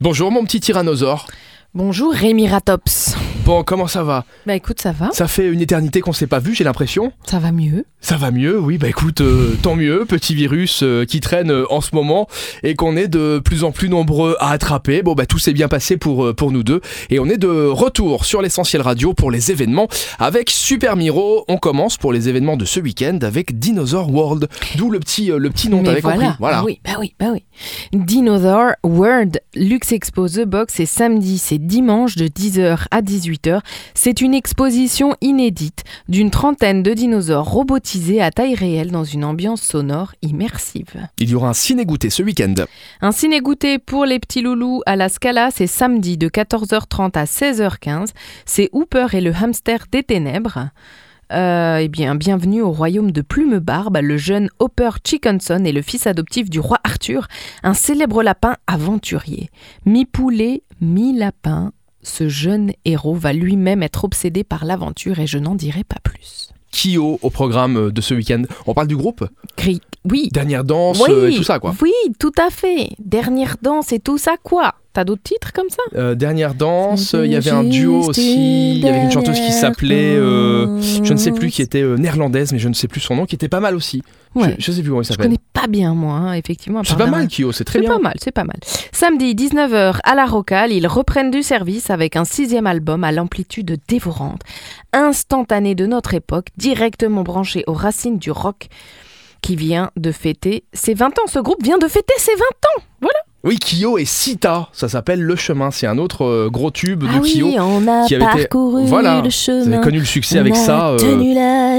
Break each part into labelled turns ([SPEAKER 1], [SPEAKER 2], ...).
[SPEAKER 1] Bonjour mon petit tyrannosaure.
[SPEAKER 2] Bonjour Rémi Ratops.
[SPEAKER 1] Bon, comment ça va
[SPEAKER 2] Bah écoute, ça va,
[SPEAKER 1] Ça fait une éternité qu'on s'est pas vu, j'ai l'impression.
[SPEAKER 2] ça va mieux.
[SPEAKER 1] Ça va mieux, oui, bah écoute, euh, tant mieux, petit virus euh, qui traîne euh, en ce moment et qu'on est de plus en plus nombreux à attraper. Bon, bah tout s'est bien passé pour, euh, pour nous deux et on est de retour sur l'essentiel radio pour les événements avec Super Miro. On commence pour les événements de ce week-end avec Dinosaur World, d'où le petit, euh, le petit nom,
[SPEAKER 2] Mais
[SPEAKER 1] t'avais
[SPEAKER 2] voilà.
[SPEAKER 1] compris. Voilà.
[SPEAKER 2] Bah oui, bah oui, bah oui. Dinosaur World Luxe Expo The Box, c'est samedi, c'est dimanche de 10h à 18h. C'est une exposition inédite d'une trentaine de dinosaures robotisés à taille réelle dans une ambiance sonore immersive.
[SPEAKER 1] Il y aura un ciné-goûter ce week-end.
[SPEAKER 2] Un ciné-goûter pour les petits loulous à la Scala, c'est samedi de 14h30 à 16h15. C'est Hooper et le hamster des ténèbres. Euh, eh bien, bienvenue au royaume de Plume Barbe, le jeune Hopper Chickenson est le fils adoptif du roi Arthur, un célèbre lapin aventurier. Mi-poulet, mi-lapin, ce jeune héros va lui-même être obsédé par l'aventure et je n'en dirai pas plus.
[SPEAKER 1] Kyo au programme euh, de ce week-end. On parle du groupe
[SPEAKER 2] Cri- oui,
[SPEAKER 1] Dernière danse
[SPEAKER 2] oui,
[SPEAKER 1] euh, et tout ça, quoi.
[SPEAKER 2] Oui, tout à fait. Dernière danse et tout ça, quoi. T'as d'autres titres comme ça
[SPEAKER 1] Euh, dernière danse, il y avait un duo aussi, il y avait une chanteuse qui s'appelait, euh, je ne sais plus, qui était euh, néerlandaise, mais je ne sais plus son nom, qui était pas mal aussi. Je-
[SPEAKER 2] Ouais.
[SPEAKER 1] Je, sais plus comment il
[SPEAKER 2] Je
[SPEAKER 1] s'appelle.
[SPEAKER 2] connais pas bien, moi, hein, effectivement. à
[SPEAKER 1] C'est
[SPEAKER 2] part
[SPEAKER 1] pas
[SPEAKER 2] la-
[SPEAKER 1] mal, Kyo, c'est très
[SPEAKER 2] C'est
[SPEAKER 1] bien.
[SPEAKER 2] pas mal, c'est pas mal. Samedi, 19h, à la Rocale, ils reprennent du service avec un sixième album à l'amplitude dévorante, instantané de notre époque, directement branché aux racines du rock, qui vient de fêter ses 20 ans. Ce groupe vient de fêter ses 20 ans
[SPEAKER 1] Oui, Kyo et Sita, ça s'appelle Le Chemin, c'est un autre euh, gros tube
[SPEAKER 2] Ah
[SPEAKER 1] de Kyo.
[SPEAKER 2] on a
[SPEAKER 1] qui avait été- voilà, Vous avez connu le succès avec ça. euh,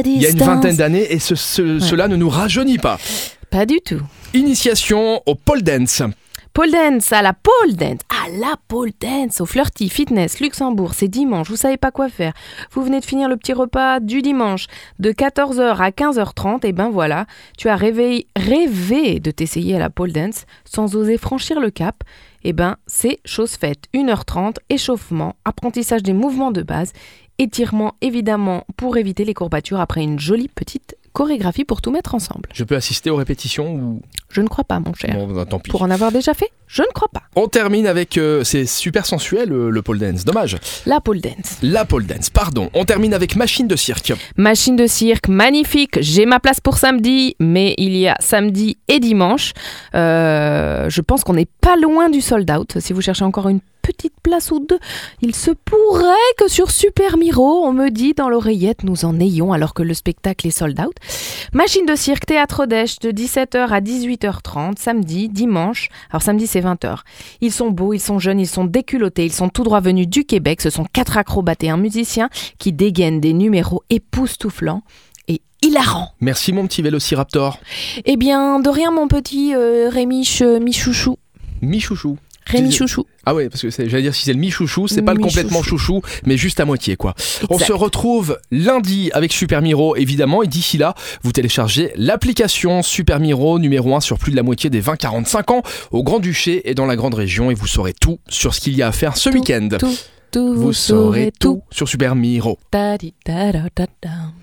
[SPEAKER 1] il y a une vingtaine d'années et ce- ce- cela ne nous rajeunit pas.
[SPEAKER 2] Pas du tout.
[SPEAKER 1] Initiation au pole dance.
[SPEAKER 2] Pole dance, à la pole dance, à la pole dance, au Flirty Fitness Luxembourg, c'est dimanche, vous savez pas quoi faire. Vous venez de finir le petit repas du dimanche de 14h à 15h30, et ben voilà, tu as rêvé, rêvé de t'essayer à la pole dance sans oser franchir le cap, et ben c'est chose faite. 1h30, échauffement, apprentissage des mouvements de base, étirement évidemment pour éviter les courbatures après une jolie petite chorégraphie pour tout mettre ensemble.
[SPEAKER 1] Je peux assister aux répétitions ou.
[SPEAKER 2] Je ne crois pas mon cher.
[SPEAKER 1] Bon, bah, tant pis.
[SPEAKER 2] Pour en avoir déjà fait Je ne crois pas.
[SPEAKER 1] On termine avec. euh, c'est super sensuel euh, le pole dance, dommage.
[SPEAKER 2] La pole dance.
[SPEAKER 1] La pole dance, pardon. On termine avec machine de cirque.
[SPEAKER 2] Machine de cirque, magnifique. J'ai ma place pour samedi, mais il y a samedi et dimanche. Euh, je pense qu'on n'est pas loin du sold out. Si vous cherchez encore une petite place ou deux, il se pourrait que sur Super Miro, on me dit dans l'oreillette, nous en ayons alors que le spectacle est sold out. Machine de cirque, théâtre d'Esch de 17h à 18h30, samedi, dimanche. Alors samedi, c'est 20h. Ils sont beaux, ils sont jeunes, ils sont déculottés, ils sont tout droit venus du Québec. Ce sont quatre acrobates et un musicien qui dégaine des numéros époustouflants et hilarants.
[SPEAKER 1] Merci mon petit vélociraptor.
[SPEAKER 2] Eh bien, de rien, mon petit euh, Rémi Ch- Michouchou.
[SPEAKER 1] Mi-chouchou.
[SPEAKER 2] Rémi
[SPEAKER 1] Dis-
[SPEAKER 2] Chouchou.
[SPEAKER 1] Ah ouais, parce que c'est- j'allais dire si c'est le mi-chouchou, c'est pas le
[SPEAKER 2] Mi-chouchou.
[SPEAKER 1] complètement chouchou, mais juste à moitié quoi. On
[SPEAKER 2] Exact.
[SPEAKER 1] se retrouve lundi avec Super Miro évidemment et d'ici là, vous téléchargez l'application Super Miro numéro 1 sur plus de la moitié des 20-45 ans au Grand-Duché et dans la grande région et vous saurez tout sur ce qu'il y a à faire ce week-end.
[SPEAKER 2] Tout, tout,
[SPEAKER 1] Vous saurez tout sur Super Miro.
[SPEAKER 2] Ta-di-ta-da-da-dam.